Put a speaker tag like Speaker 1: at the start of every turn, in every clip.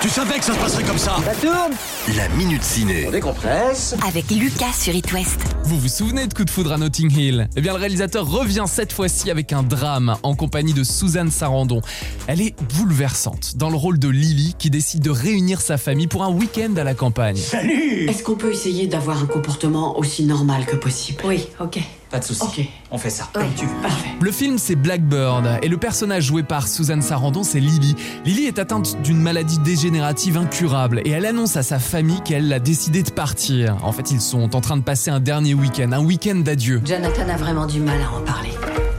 Speaker 1: Tu savais que ça se passerait comme ça
Speaker 2: Ça tourne
Speaker 3: La Minute Ciné.
Speaker 2: On décompresse.
Speaker 4: avec Lucas sur It West.
Speaker 5: Vous vous souvenez de Coup de foudre à Notting Hill Eh bien, le réalisateur revient cette fois-ci avec un drame en compagnie de Suzanne Sarandon. Elle est bouleversante dans le rôle de Lily qui décide de réunir sa famille pour un week-end à la campagne.
Speaker 6: Est-ce qu'on peut essayer d'avoir un comportement aussi normal que possible Oui, ok.
Speaker 7: Pas de soucis.
Speaker 6: Ok.
Speaker 7: On fait ça.
Speaker 6: Parfait.
Speaker 5: Le film, c'est Blackbird et le personnage joué par Suzanne Sarandon, c'est Lily. Lily est atteinte d'une maladie dégénérative incurable et elle annonce à sa famille qu'elle a décidé de partir. En fait, ils sont en train de passer un dernier week-end, un week-end d'adieu.
Speaker 6: Jonathan a vraiment du mal à en parler.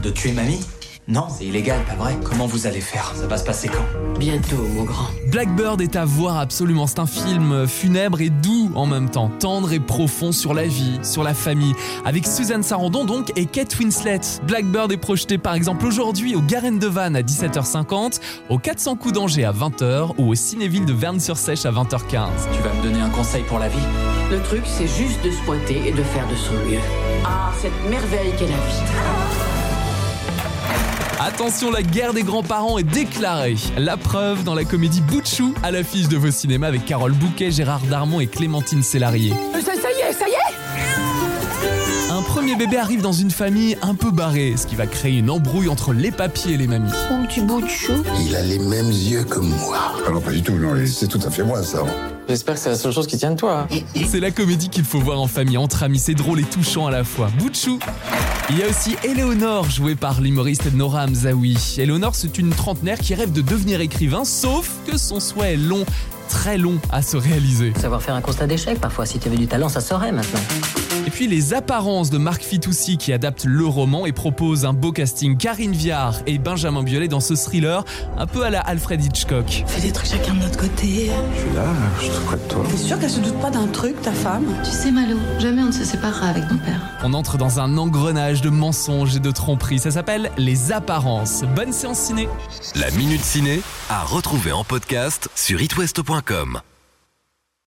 Speaker 7: De tuer mamie Non, c'est illégal, pas vrai Comment vous allez faire Ça va se passer quand
Speaker 6: Bientôt, mon grand.
Speaker 5: Blackbird est à voir absolument. C'est un film funèbre et doux en même temps, tendre et profond sur la vie, sur la famille, avec Suzanne Sarandon donc et Kate Winslet. Blackbird est projeté par exemple aujourd'hui au Garenne de Vannes à 17h50, au 400 coups d'Angers à 20h ou au Cinéville de Verne-sur-Sèche à 20h15.
Speaker 7: Tu vas me donner un conseil pour la vie
Speaker 6: Le truc, c'est juste de se pointer et de faire de son mieux. Ah, cette merveille qu'est la vie.
Speaker 5: Attention, la guerre des grands-parents est déclarée. La preuve dans la comédie Boutchou à l'affiche de vos cinémas avec Carole Bouquet, Gérard Darmon et Clémentine Sélarié.
Speaker 6: Euh, Ça y est, ça y est
Speaker 5: Un premier bébé arrive dans une famille un peu barrée, ce qui va créer une embrouille entre les papiers et les mamies.
Speaker 8: Mon petit bout de chou.
Speaker 9: Il a les mêmes yeux que moi. Alors pas du tout, Ah non, c'est tout à fait moi ça.
Speaker 10: J'espère que c'est la seule chose qui tient de toi. hein.
Speaker 5: C'est la comédie qu'il faut voir en famille, entre amis, c'est drôle et touchant à la fois. Boutchou Il y a aussi Éléonore, jouée par l'humoriste Nora Hamzaoui. Éléonore, c'est une trentenaire qui rêve de devenir écrivain, sauf que son souhait est long, très long à se réaliser.
Speaker 8: Savoir faire un constat d'échec parfois. Si tu avais du talent, ça saurait maintenant.
Speaker 5: Et puis les apparences de Marc Fitoussi qui adapte le roman et propose un beau casting Karine Viard et Benjamin Biolay dans ce thriller un peu à la Alfred Hitchcock.
Speaker 6: Fais des trucs chacun de notre côté.
Speaker 9: Je suis là, je suis près de toi.
Speaker 6: T'es sûr qu'elle se doute pas d'un truc, ta femme
Speaker 8: Tu sais, Malo, jamais on ne se séparera avec ton père.
Speaker 5: On entre dans un engrenage de mensonges et de tromperies, ça s'appelle les apparences. Bonne séance ciné
Speaker 3: La Minute Ciné à retrouver en podcast sur itwest.com.